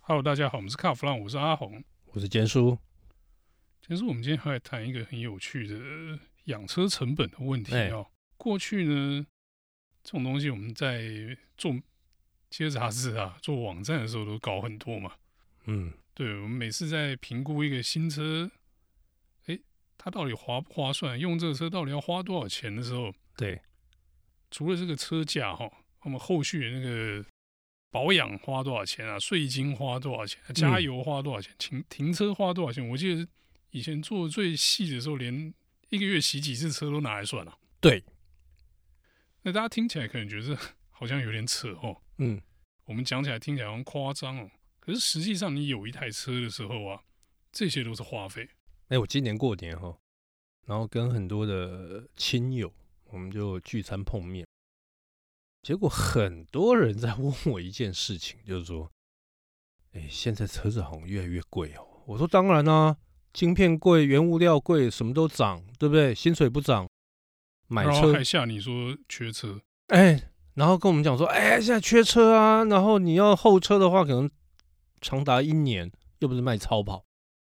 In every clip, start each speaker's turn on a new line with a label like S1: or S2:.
S1: Hello，大家好，我们是卡弗朗，我是阿红。
S2: 我是简叔。
S1: 其实我们今天还来谈一个很有趣的养车成本的问题
S2: 哎
S1: 哦。过去呢，这种东西我们在做接杂志啊、做网站的时候都搞很多嘛。
S2: 嗯，
S1: 对，我们每次在评估一个新车，诶，它到底划不划算，用这个车到底要花多少钱的时候，
S2: 对，
S1: 除了这个车价哈，我们后续的那个保养花多少钱啊，税金花多少钱、啊，加油花多少
S2: 嗯
S1: 钱，停停车花多少钱？我记得以前做最细的时候，连一个月洗几次车都拿来算了、
S2: 对，
S1: 那大家听起来可能觉得好像有点扯哦，
S2: 嗯，
S1: 我们讲起来听起来好像夸张哦，可是实际上你有一台车的时候啊，这些都是花费。
S2: 哎、我今年过年哈，然后跟很多的亲友，我们就聚餐碰面，结果很多人在问我一件事情，就是说，哎、现在车子好像越来越贵哦。我说当然啦、晶片贵，原物料贵，什么都涨，对不对？薪水不涨，买
S1: 然后
S2: 车
S1: 还吓你说缺车，
S2: 哎、然后跟我们讲说，哎、现在缺车啊，然后你要候车的话，可能长达一年，又不是卖超跑。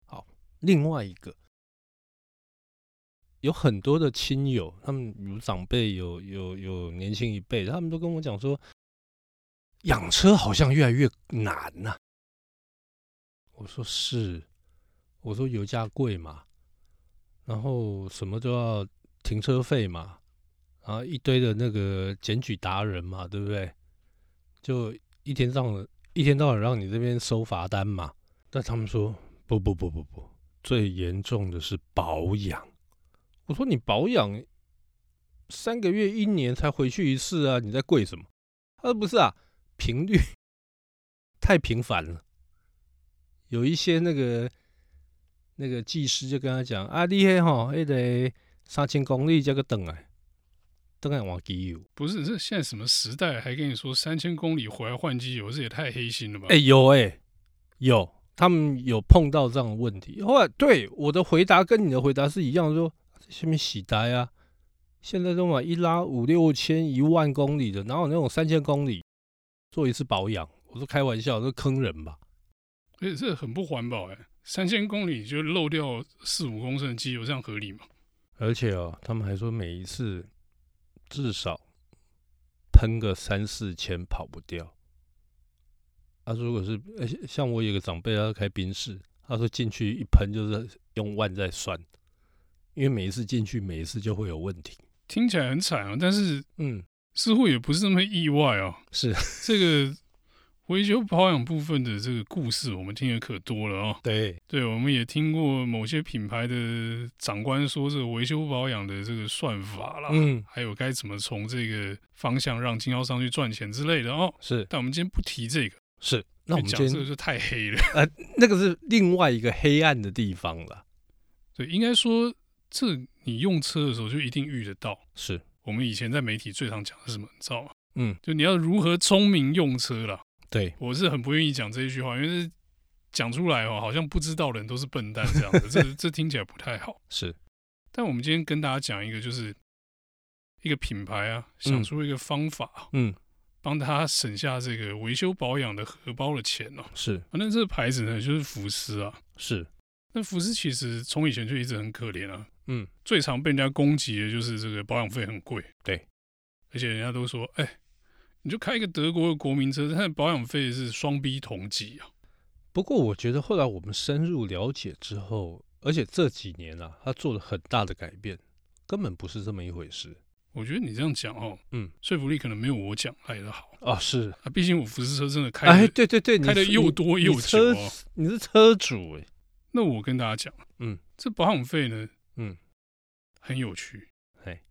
S2: 好，另外一个，有很多的亲友，他们有长辈，有有有年轻一辈，他们都跟我讲说，养车好像越来越难呐、我说是，我说油价贵嘛，然后什么都要停车费嘛，然后一堆的那个检举达人嘛，对不对？就一天到晚一天到晚让你这边收罚单嘛。但他们说不不不不不，最严重的是保养。我说你保养三个月一年才回去一次啊，你在贵什么？他说不是啊，频率太频繁了。有一些那个那个技师就跟他讲啊，你嘿吼，那得三千公里才个等啊来。当然换机油。
S1: 不是这现在什么时代还跟你说三千公里回来换机油，这也太黑心了吧？
S2: 哎、有哎、有，他们有碰到这样的问题。后来对我的回答跟你的回答是一样的，说下面洗呆啊，现在都买一拉五六千、一万公里的，哪有那种三千公里做一次保养？我说开玩笑，这坑人吧？
S1: 而且这很不环保哎、三千公里就漏掉四五公升的机油，这样合理吗？
S2: 而且哦，他们还说每一次至少喷个三四千跑不掉。他、说如果是呃像我有个长辈，他开宾士，他说进去一喷就是用万在算，因为每一次进去，每一次就会有问题。
S1: 听起来很惨啊，但是
S2: 嗯，
S1: 似乎也不是那么意外哦。
S2: 是
S1: 这个维修保养部分的这个故事，我们听的可多了哦。
S2: 对，
S1: 对，我们也听过某些品牌的长官说，这个维修保养的这个算法啦，
S2: 嗯，
S1: 还有该怎么从这个方向让经销商去赚钱之类的哦。
S2: 是
S1: 但我们今天不提这个，
S2: 是。那我
S1: 因为
S2: 们
S1: 讲
S2: 今
S1: 这个
S2: 天
S1: 就太黑了。
S2: 那个是另外一个黑暗的地方了，
S1: 对，应该说这你用车的时候就一定遇得到。
S2: 是，
S1: 我们以前在媒体最常讲的是什么，你知道吗？
S2: 嗯，
S1: 就你要如何聪明用车啦。
S2: 对，
S1: 我是很不愿意讲这一句话，因为这讲出来哦，好像不知道的人都是笨蛋这样子，这这听起来不太好。
S2: 是，
S1: 但我们今天跟大家讲一个，就是一个品牌啊，想出一个方法，
S2: 嗯，
S1: 帮他省下这个维修保养的荷包的钱哦。
S2: 是，
S1: 反正这个牌子呢，就是福斯啊。
S2: 是，
S1: 那福斯其实从以前就一直很可怜啊，
S2: 嗯，
S1: 最常被人家攻击的就是这个保养费很贵，
S2: 对，
S1: 而且人家都说，哎，你就开一个德国的国民车，它的保养费是双逼同级啊，
S2: 不过我觉得后来我们深入了解之后，而且这几年啊，他做了很大的改变，根本不是这么一回事
S1: 我觉得你这样讲哦，
S2: 嗯，
S1: 说服力可能没有我讲来的好
S2: 啊、是，
S1: 啊。毕竟我福斯车真的开的，
S2: 哎，对对对，你
S1: 开得
S2: 是
S1: 又
S2: 你
S1: 多
S2: 你
S1: 又
S2: 车
S1: 久哦，
S2: 你是车主哎，
S1: 那我跟大家讲，啊
S2: 嗯，
S1: 这保养费呢，
S2: 嗯，
S1: 很有趣。
S2: 嘿，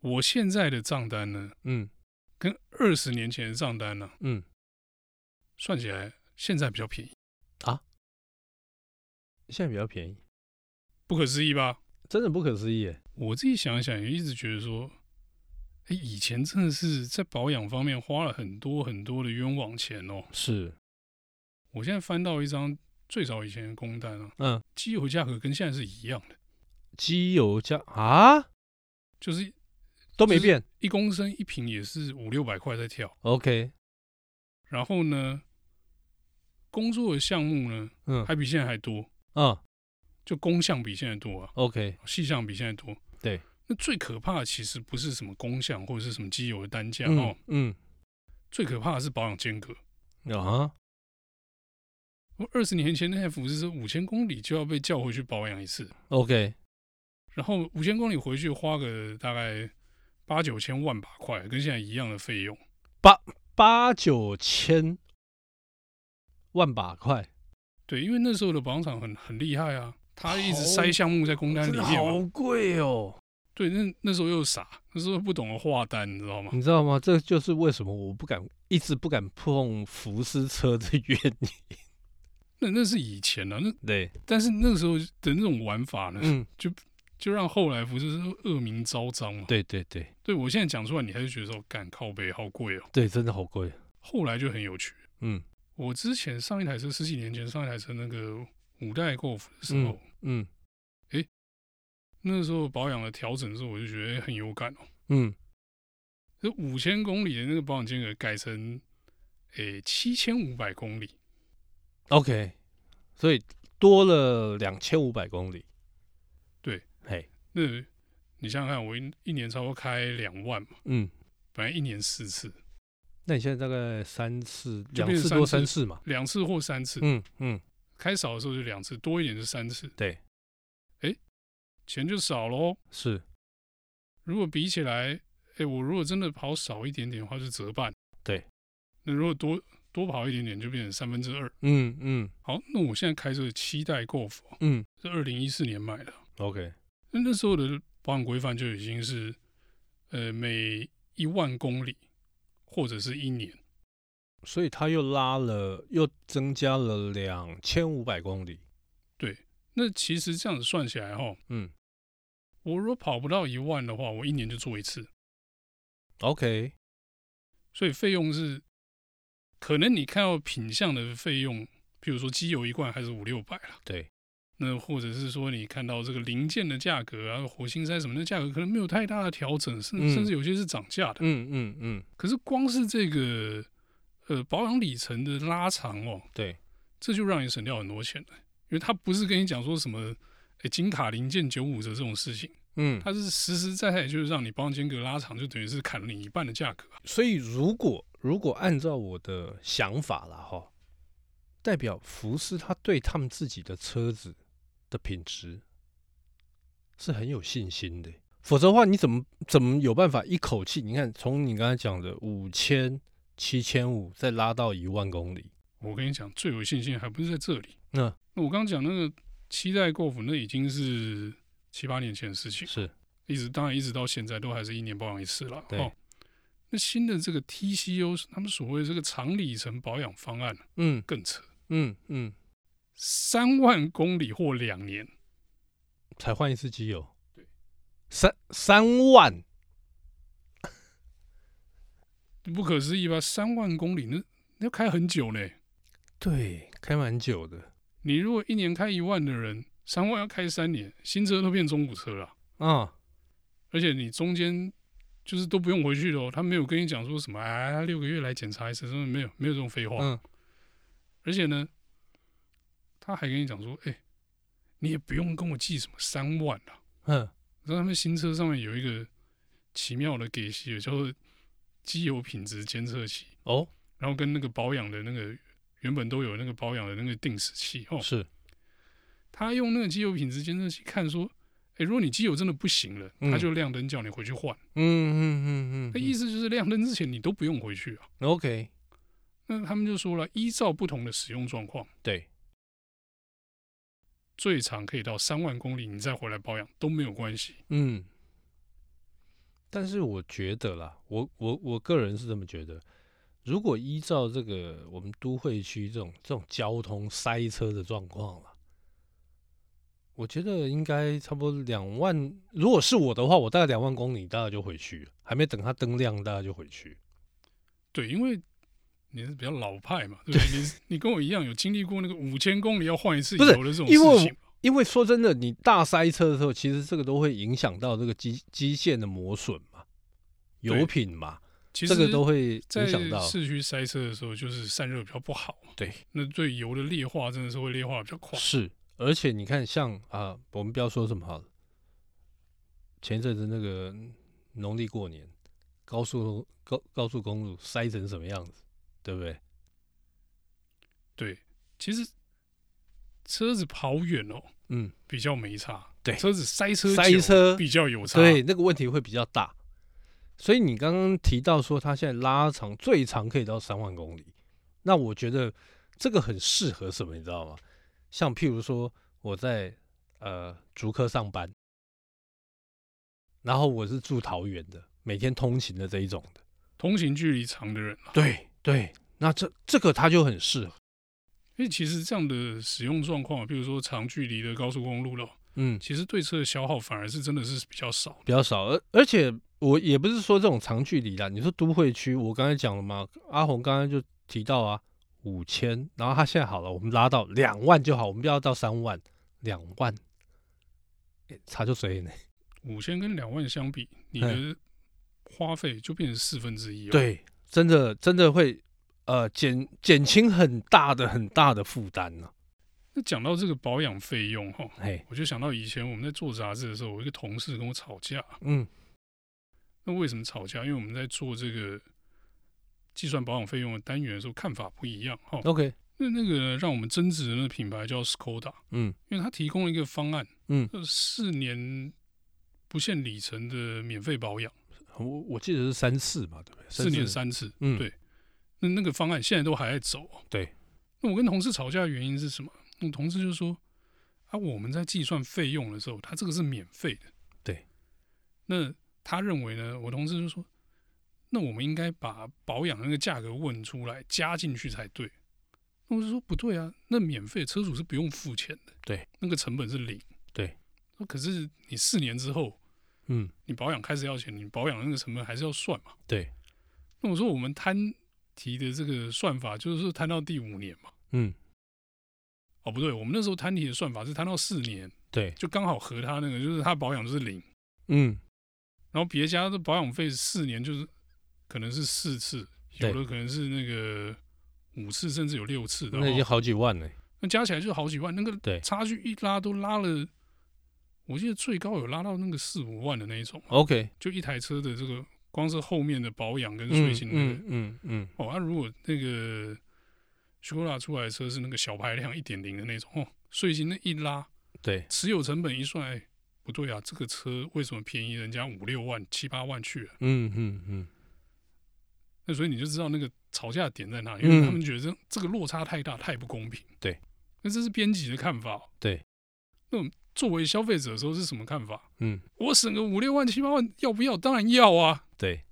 S1: 我现在的账单呢，
S2: 嗯
S1: 跟二十年前的账单呢、
S2: 嗯，
S1: 算起来现在比较便宜，
S2: 现在比较便宜，
S1: 不可思议吧？
S2: 真的不可思议哎，
S1: 我自己想一想，也一直觉得说，哎，以前真的是在保养方面花了很多很多的冤枉钱哦。
S2: 是，
S1: 我现在翻到一张最早以前的工单啊，
S2: 嗯，
S1: 机油价格跟现在是一样的，
S2: 机油加啊
S1: 就是
S2: 都没
S1: 就是
S2: 变
S1: 一公升一瓶也是五六百块在跳。
S2: ，OK，
S1: 然后呢，工作的项目呢，
S2: 嗯
S1: 还比现在还多，
S2: 啊
S1: 就工项比现在多啊，
S2: ，OK，
S1: 细项比现在多。
S2: 对，
S1: 那最可怕的其实不是什么工项或者是什么机油的单价、
S2: 嗯
S1: 哦，
S2: 嗯
S1: 最可怕的是保养间隔。
S2: 啊，
S1: 我二十年前那台福斯是五千公里就要被叫回去保养一次，
S2: OK，
S1: 然后五千公里回去花个大概八九千万把块，跟现在一样的费用。
S2: 八九千万把块，
S1: 对，因为那时候的保养厂很很厉害啊，他一直
S2: 好
S1: 塞项目在工单
S2: 真
S1: 里
S2: 的
S1: 面嘛。
S2: 好贵哦，
S1: 对，那那时候又傻，那时候不懂得画单，你知道吗？
S2: 你知道吗？这就是为什么我不敢一直不敢碰福斯车的原因。
S1: 那那是以前了、啊，那
S2: 对，
S1: 但是那时候的那种玩法呢，
S2: 嗯，
S1: 就让后来不是恶名昭彰嘛。
S2: 对对对
S1: 对我现在讲出来，你还是觉得说干靠背好贵哦。
S2: 对，真的好贵，
S1: 后来就很有趣。
S2: 嗯
S1: 我之前上一台车十几年前上一台车那个五代 Golf 的时候，
S2: 嗯
S1: 那时候保养的调整的时候，我就觉得哎很有感哦。
S2: 嗯，
S1: 这五千公里的那个保养间隔改成诶七千五百公里，
S2: OK，所以多了两千五百公里。
S1: 对，
S2: 嘿，
S1: 那你想想看，我一一年差不多开两万嘛，
S2: 嗯，
S1: 本来一年四次，
S2: 那你现在大概三次，
S1: 就
S2: 两
S1: 变
S2: 次
S1: 成
S2: 多
S1: 三
S2: 三
S1: 次
S2: 次嘛？
S1: 两次或三次，
S2: 嗯嗯，
S1: 开少的时候就两次，多一点就三次，
S2: 对，
S1: 钱就少喽。
S2: 是，
S1: 如果比起来，诶，我如果真的跑少一点点的话，就折半。
S2: 对，
S1: 那如果多多跑一点点，就变成三分之二。
S2: 嗯嗯
S1: 好，那我现在开这个七代 Golf 哦
S2: 嗯
S1: 是二零一四年买的，
S2: ，OK，
S1: 那那时候的保养规范就已经是，呃，每一万公里或者是一年，
S2: 所以它又拉了，又增加了两千五百公里。
S1: 那其实这样子算起来哈，
S2: 嗯
S1: 我如果跑不到一万的话，我一年就做一次，
S2: ，OK，
S1: 所以费用是，可能你看到品相的费用，比如说机油一罐还是五六百了，
S2: 对，
S1: 那或者是说你看到这个零件的价格啊，火星塞什么的价格，可能没有太大的调整，甚
S2: 嗯
S1: 甚至有些是涨价的。
S2: 嗯嗯嗯，
S1: 可是光是这个呃保养里程的拉长哦，
S2: 对，
S1: 这就让你省掉很多钱了，因为他不是跟你讲说什么。诶金卡零件九五折这种事情，
S2: 嗯，
S1: 它是实实在在，就是让你保养间隔拉长，就等于是砍了你一半的价格啊、
S2: 所以如果如果按照我的想法啦哈，代表福斯他对他们自己的车子的品质是很有信心的，否则的话你怎么怎么有办法一口气？你看从你刚才讲的五千、七千五，再拉到一万公里，
S1: 我跟你讲，最有信心还不是在这里。
S2: 嗯
S1: 那我刚刚讲那个七代 Golf，那已经是七八年前的事情，
S2: 是
S1: 一直当然一直到现在都还是一年保养一次了。
S2: 对
S1: 哦，那新的这个 TCO，他们所谓的这个长里程保养方案
S2: 嗯
S1: 更扯，
S2: 嗯嗯，
S1: 三万公里或两年，
S2: 才换一次机油，
S1: 对，
S2: 三三万，
S1: 不可思议吧？三万公里那那要开很久呢。
S2: 对，开蛮久的
S1: 你如果一年开一万的人，三万要开三年，新车都变中古车了。
S2: 啊，
S1: 而且你中间就是都不用回去的哦，他没有跟你讲说什么啊，六个月来检查一次，真的没有没有这种废话。
S2: 嗯
S1: 而且呢，他还跟你讲说，哎、你也不用跟我记什么三万啊，
S2: 嗯，
S1: 你知道他们新车上面有一个奇妙的给息，叫做机油品质监测器，
S2: 哦，
S1: 然后跟那个保养的那个原本都有那个保养的那个定时器哦，
S2: 是，
S1: 他用那个机油品质监测器看说。哎，如果你机油真的不行了，
S2: 嗯
S1: 他就亮灯叫你回去换。
S2: 嗯嗯嗯嗯，嗯
S1: 那、意思就是亮灯之前你都不用回去啊。
S2: OK，
S1: 那他们就说了，依照不同的使用状况，
S2: 对，
S1: 最长可以到三万公里，你再回来保养都没有关系。
S2: 嗯。但是我觉得啦，我我我个人是这么觉得，如果依照这个我们都会区这种这种交通塞车的状况啦，我觉得应该差不多两万。如果是我的话，我大概两万公里大概就回去了，还没等它灯亮，大概就回去。
S1: 对，因为你是比较老派嘛，对不 对？你你跟我一样有经历过那个五千公里要换一次
S2: 不是
S1: 油的这种
S2: 因为
S1: 事
S2: 我
S1: 情嘛，
S2: 因为说真的，你大塞车的时候，其实这个都会影响到这个机机械的磨损嘛，
S1: 对
S2: 油品嘛，
S1: 其实
S2: 这个都会影
S1: 在
S2: 响到。
S1: 市区塞车的时候，就是散热比较不好，
S2: 对，
S1: 那对油的劣化真的是会劣化比较快。
S2: 是，而且你看像，啊，我们不要说什么好了。前一阵子那个农历过年，高速高高速公路塞成什么样子，对不对？
S1: 对，其实车子跑远哦，
S2: 嗯，
S1: 比较没差。
S2: 对
S1: 车子塞车
S2: 塞
S1: 久
S2: 车
S1: 比较有差。
S2: 对，那个问题会比较大。所以你刚刚提到说，它现在拉长最长可以到三万公里，那我觉得这个很适合什么，你知道吗？像譬如说我在呃竹科上班，然后我是住桃园的，每天通勤的这一种的，
S1: 通行距离长的人啊，
S2: 对对，那这这个它就很适合，
S1: 因为其实这样的使用状况，啊比如说长距离的高速公路了，
S2: 嗯，
S1: 其实对车的消耗反而是真的是比较少的。
S2: 比较少，而而且我也不是说这种长距离啦，你说都会区，我刚才讲了嘛，阿红刚刚就提到啊，五千，然后他现在好了，我们拉到两万就好，我们不要到三万，两万，诶差就谁呢？
S1: 五千跟两万相比，你的花费就变成四分之一了。，
S2: 对，真的真的会呃减减轻很大的很大的负担呢、
S1: 那讲到这个保养费用哦哈，
S2: 嘿，
S1: 我就想到以前我们在做杂志的时候，我一个同事跟我吵架。
S2: 嗯
S1: 那为什么吵架？因为我们在做这个计算保养费用的单元的时候看法不一样哈。
S2: ，OK，
S1: 那那个让我们争执的那个品牌叫 Skoda，
S2: 嗯
S1: 因为它提供了一个方案，
S2: 嗯，
S1: 呃四年不限里程的免费保养，
S2: 我我记得是三四嘛，对不对？
S1: 四年，三次。
S2: 嗯，
S1: 对那那个方案现在都还在走哦。
S2: 对。
S1: 那我跟同事吵架的原因是什么？那同事就说：“啊，我们在计算费用的时候，他这个是免费的。”
S2: 对。
S1: 那他认为呢？我同事就说：“那我们应该把保养那个价格问出来，加进去才对。”那我就说：“不对啊，那免费车主是不用付钱的，
S2: 对，
S1: 那个成本是零。”
S2: 对。
S1: 那可是你四年之后，
S2: 嗯，
S1: 你保养开始要钱，你保养那个成本还是要算嘛？
S2: 对，
S1: 那我说我们摊题的这个算法，就是说摊到第五年嘛。
S2: 嗯，
S1: 哦，不对，我们那时候摊题的算法是摊到四年，
S2: 对，
S1: 就刚好和他那个，就是他保养就是零，
S2: 嗯，
S1: 然后别家的保养费四年就是可能是四次，有
S2: 对
S1: 的可能是那个五次，甚至有六次的、
S2: 那已经
S1: 哦，
S2: 好几万了，
S1: 那加起来就好几万，那个
S2: 对
S1: 差距一拉都拉了，我记得最高有拉到那个四五万的那一种，
S2: ，OK，
S1: 就一台车的这个光是后面的保养跟
S2: 嗯
S1: 税金的、
S2: 嗯嗯嗯，
S1: 哦，那、如果那个修罗拉出来的车是那个小排量一点零的那种，哦，税金那一拉，
S2: 对，
S1: 持有成本一算，哎，不对啊，这个车为什么便宜人家五六万、七八万去了？
S2: 嗯嗯嗯，
S1: 那所以你就知道那个吵架点在哪，因为他
S2: 嗯
S1: 们觉得这这个落差太大，太不公平。
S2: 对，
S1: 那这是编辑的看法、哦。
S2: 对，
S1: 那我们作为消费者的时候是什么看法？
S2: 嗯，
S1: 我省个五六万、七八万，要不要？当然要啊。
S2: 对，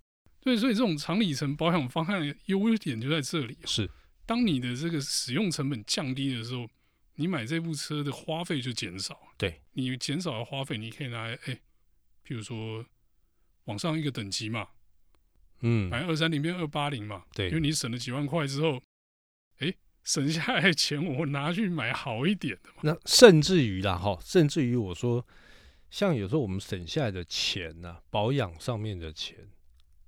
S1: 对，所以这种长里程保养方案的优点就在这里、
S2: 是，
S1: 当你的这个使用成本降低的时候，你买这部车的花费就减少。
S2: 对，
S1: 你减少的花费，你可以拿来，哎，譬如说往上一个等级嘛，
S2: 嗯，
S1: 买二三零变二八零嘛，因为
S2: 对，
S1: 你省了几万块之后，哎，省下来的钱我拿去买好一点的嘛。
S2: 那甚至于啦哈，甚至于我说，像有时候我们省下来的钱呐、保养上面的钱，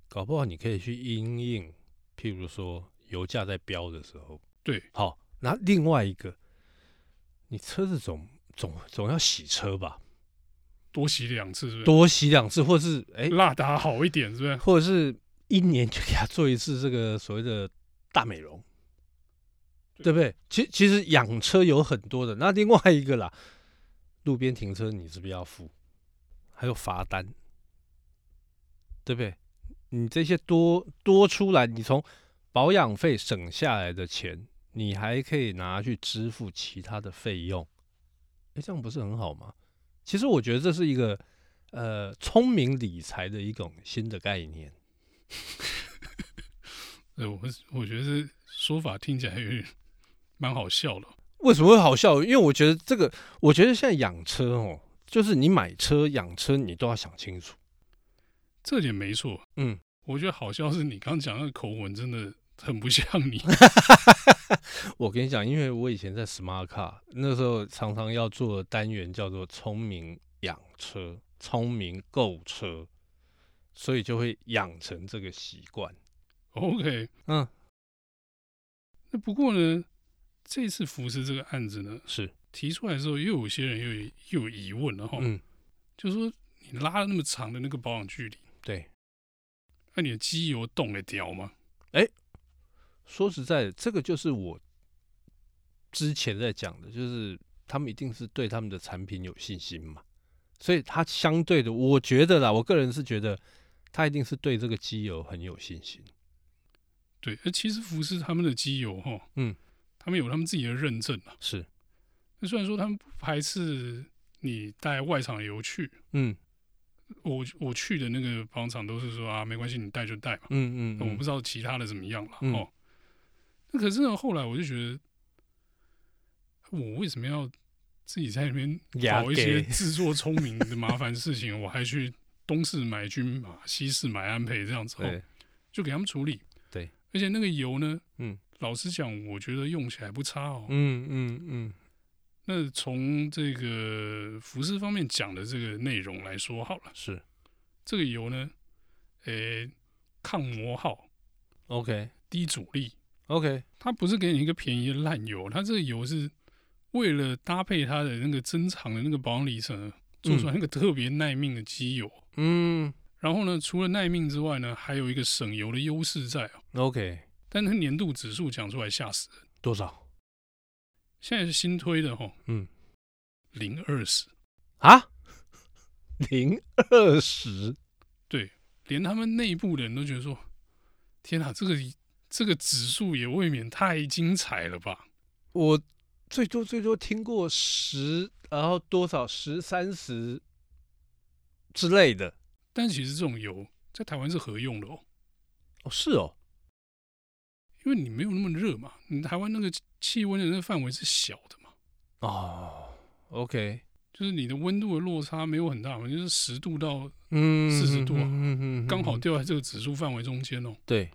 S2: 搞不好你可以去因应，譬如说油价在飙的时候，
S1: 对，
S2: 好，那另外一个，你车子总总总要洗车吧，
S1: 多洗两次是不
S2: 多洗两次，或是哎、
S1: 是？蜡打好一点是不是？
S2: 或者是一年就给他做一次这个所谓的大美容，
S1: 对
S2: 对不对？其其实养车有很多的，那另外一个啦，路边停车你是不是要付？还有罚单，对不对？你这些多多出来，你从保养费省下来的钱，你还可以拿去支付其他的费用，诶，这样不是很好吗？其实我觉得这是一个呃聪明理财的一种新的概念。
S1: 呃，我我觉得这说法听起来有点蛮好笑的。
S2: 为什么会好笑？因为我觉得这个，我觉得现在养车哦，就是你买车养车，你都要想清楚。
S1: 这点没错，
S2: 嗯，
S1: 我觉得好笑是你刚讲那个口吻真的很不像你。
S2: 我跟你讲，因为我以前在 Smart Car 那时候，常常要做的单元叫做“聪明养车”“聪明购车”，所以就会养成这个习惯。
S1: OK，
S2: 嗯，
S1: 那不过呢，这次福斯这个案子呢，
S2: 是，
S1: 提出来的时候，又有些人又有又有疑问了哈，
S2: 嗯，
S1: 就说你拉了那么长的那个保养距离，
S2: 对。
S1: 那你的机油冻得掉吗？
S2: 说实在的，这个就是我之前在讲的，就是他们一定是对他们的产品有信心嘛，所以它相对的，我觉得啦，我个人是觉得他一定是对这个机油很有信心。
S1: 对，呃其实福斯他们的机油哈，
S2: 嗯，
S1: 他们有他们自己的认证啊。
S2: 是，
S1: 那虽然说他们不排斥你带外厂油去，
S2: 嗯
S1: 我我去的那个保养厂都是说啊，没关系，你带就带嘛。
S2: 嗯嗯，
S1: 那我不知道其他的怎么样了、
S2: 嗯
S1: 哦。那可是呢，后来我就觉得，我为什么要自己在那边
S2: 呀
S1: 搞一些
S2: 给
S1: 自作聪明的麻烦事情？我还去东市买均马，西市买安培，这样子、哦、
S2: 对，
S1: 就给他们处理。
S2: 对，
S1: 而且那个油呢，
S2: 嗯，
S1: 老实讲，我觉得用起来不差哦。
S2: 嗯嗯嗯，
S1: 那从这个服饰方面讲的这个内容来说好了，
S2: 是
S1: 这个油呢，诶，抗磨耗、
S2: OK
S1: 低阻力，
S2: OK，
S1: 它不是给你一个便宜的烂油，它这个油是为了搭配它的那个珍藏的那个保养里程，做出来那个特别耐命的机油。
S2: 嗯
S1: 然后呢，除了耐命之外呢，还有一个省油的优势在哦。
S2: OK
S1: 但它粘度指数讲出来吓死人，
S2: 多少
S1: 现在是新推的哈、哦，
S2: 嗯，
S1: 零二十，
S2: 啊？ 零二十，
S1: 连他们内部的人都觉得说，天哪，这个这个指数也未免太精彩了吧？
S2: 我最多最多听过十，然后多少十三十之类的。
S1: 但其实这种油在台湾是合用的哦。
S2: 哦，是哦，
S1: 因为你没有那么热嘛，你台湾那个气温的那个范围是小的嘛，
S2: 哦，OK，
S1: 就是你的温度的落差没有很大嘛，就是十度到
S2: 嗯
S1: 40度啊
S2: 嗯
S1: 刚好掉在这个指数范围中间哦。
S2: 对，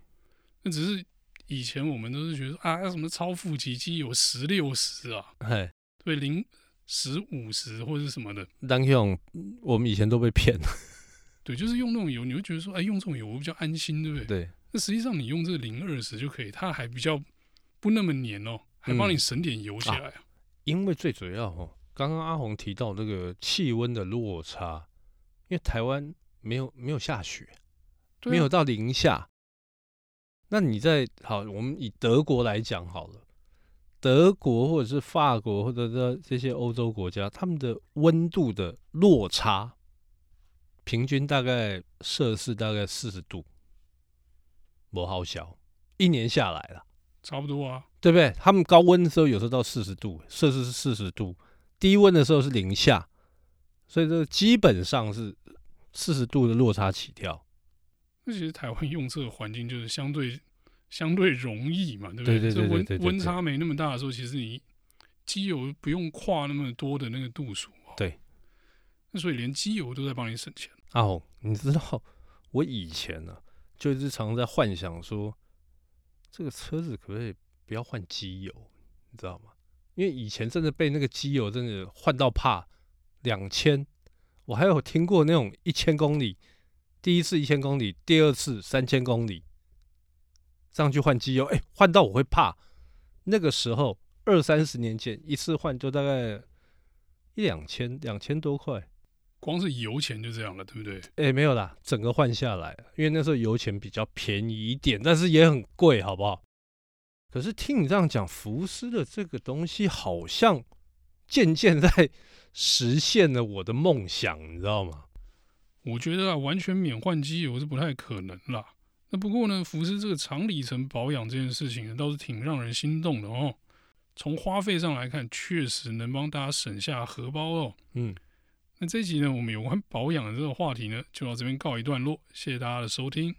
S1: 那只是以前我们都是觉得啊，什么超负极机有十六十啊，
S2: 嘿，
S1: 对零十五十或者什么的，
S2: 当用我们以前都被骗了，
S1: 对，就是用那种油，你会觉得说，哎，用这种油我比较安心，对不对？
S2: 对，
S1: 那实际上你用这个零二十就可以，它还比较不那么黏哦，还帮
S2: 嗯
S1: 你省点油起
S2: 啊
S1: 来啊。
S2: 因为最主要哦，刚刚阿红提到那个气温的落差，因为台湾没有没有下雪，
S1: 对啊
S2: 没有到零下。那你在好，我们以德国来讲好了，德国或者是法国或者是这些欧洲国家，他们的温度的落差平均大概摄氏大概四十度，不好小，一年下来了，
S1: 差不多啊，
S2: 对不对？他们高温的时候有时候到四十度，摄氏是四十度，低温的时候是零下，所以这基本上是四十度的落差起跳。
S1: 那其实台湾用这个环境就是相对相对容易嘛，对不
S2: 对对对
S1: 这
S2: 对对对
S1: 温
S2: 对
S1: 温差没那么大的时候，其实你机油不用跨那么多的那个度数、哦。
S2: 对。那
S1: 那所以连机油都在帮你省钱。
S2: 阿红，哦你知道我以前呢、就是常在幻想说，这个车子可不可以不要换机油，你知道吗？因为以前真的被那个机油真的换到怕，两千，我还有听过那种一千公里，第一次一千公里，第二次三千公里，上去换机油，哎、换到我会怕。那个时候二三十年前，一次换就大概一两千，两千多块。
S1: 光是油钱就这样了，对不对？
S2: 哎、没有啦，整个换下来，因为那时候油钱比较便宜一点，但是也很贵，好不好？可是听你这样讲，福斯的这个东西好像渐渐在实现了我的梦想，你知道吗？
S1: 我觉得啊，完全免换机油是不太可能啦。那不过呢，福斯这个长里程保养这件事情倒是挺让人心动的哦。从花费上来看，确实能帮大家省下荷包哦。
S2: 嗯，
S1: 那这一集呢，我们有关保养的这个话题呢，就到这边告一段落，谢谢大家的收听。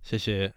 S2: 谢谢。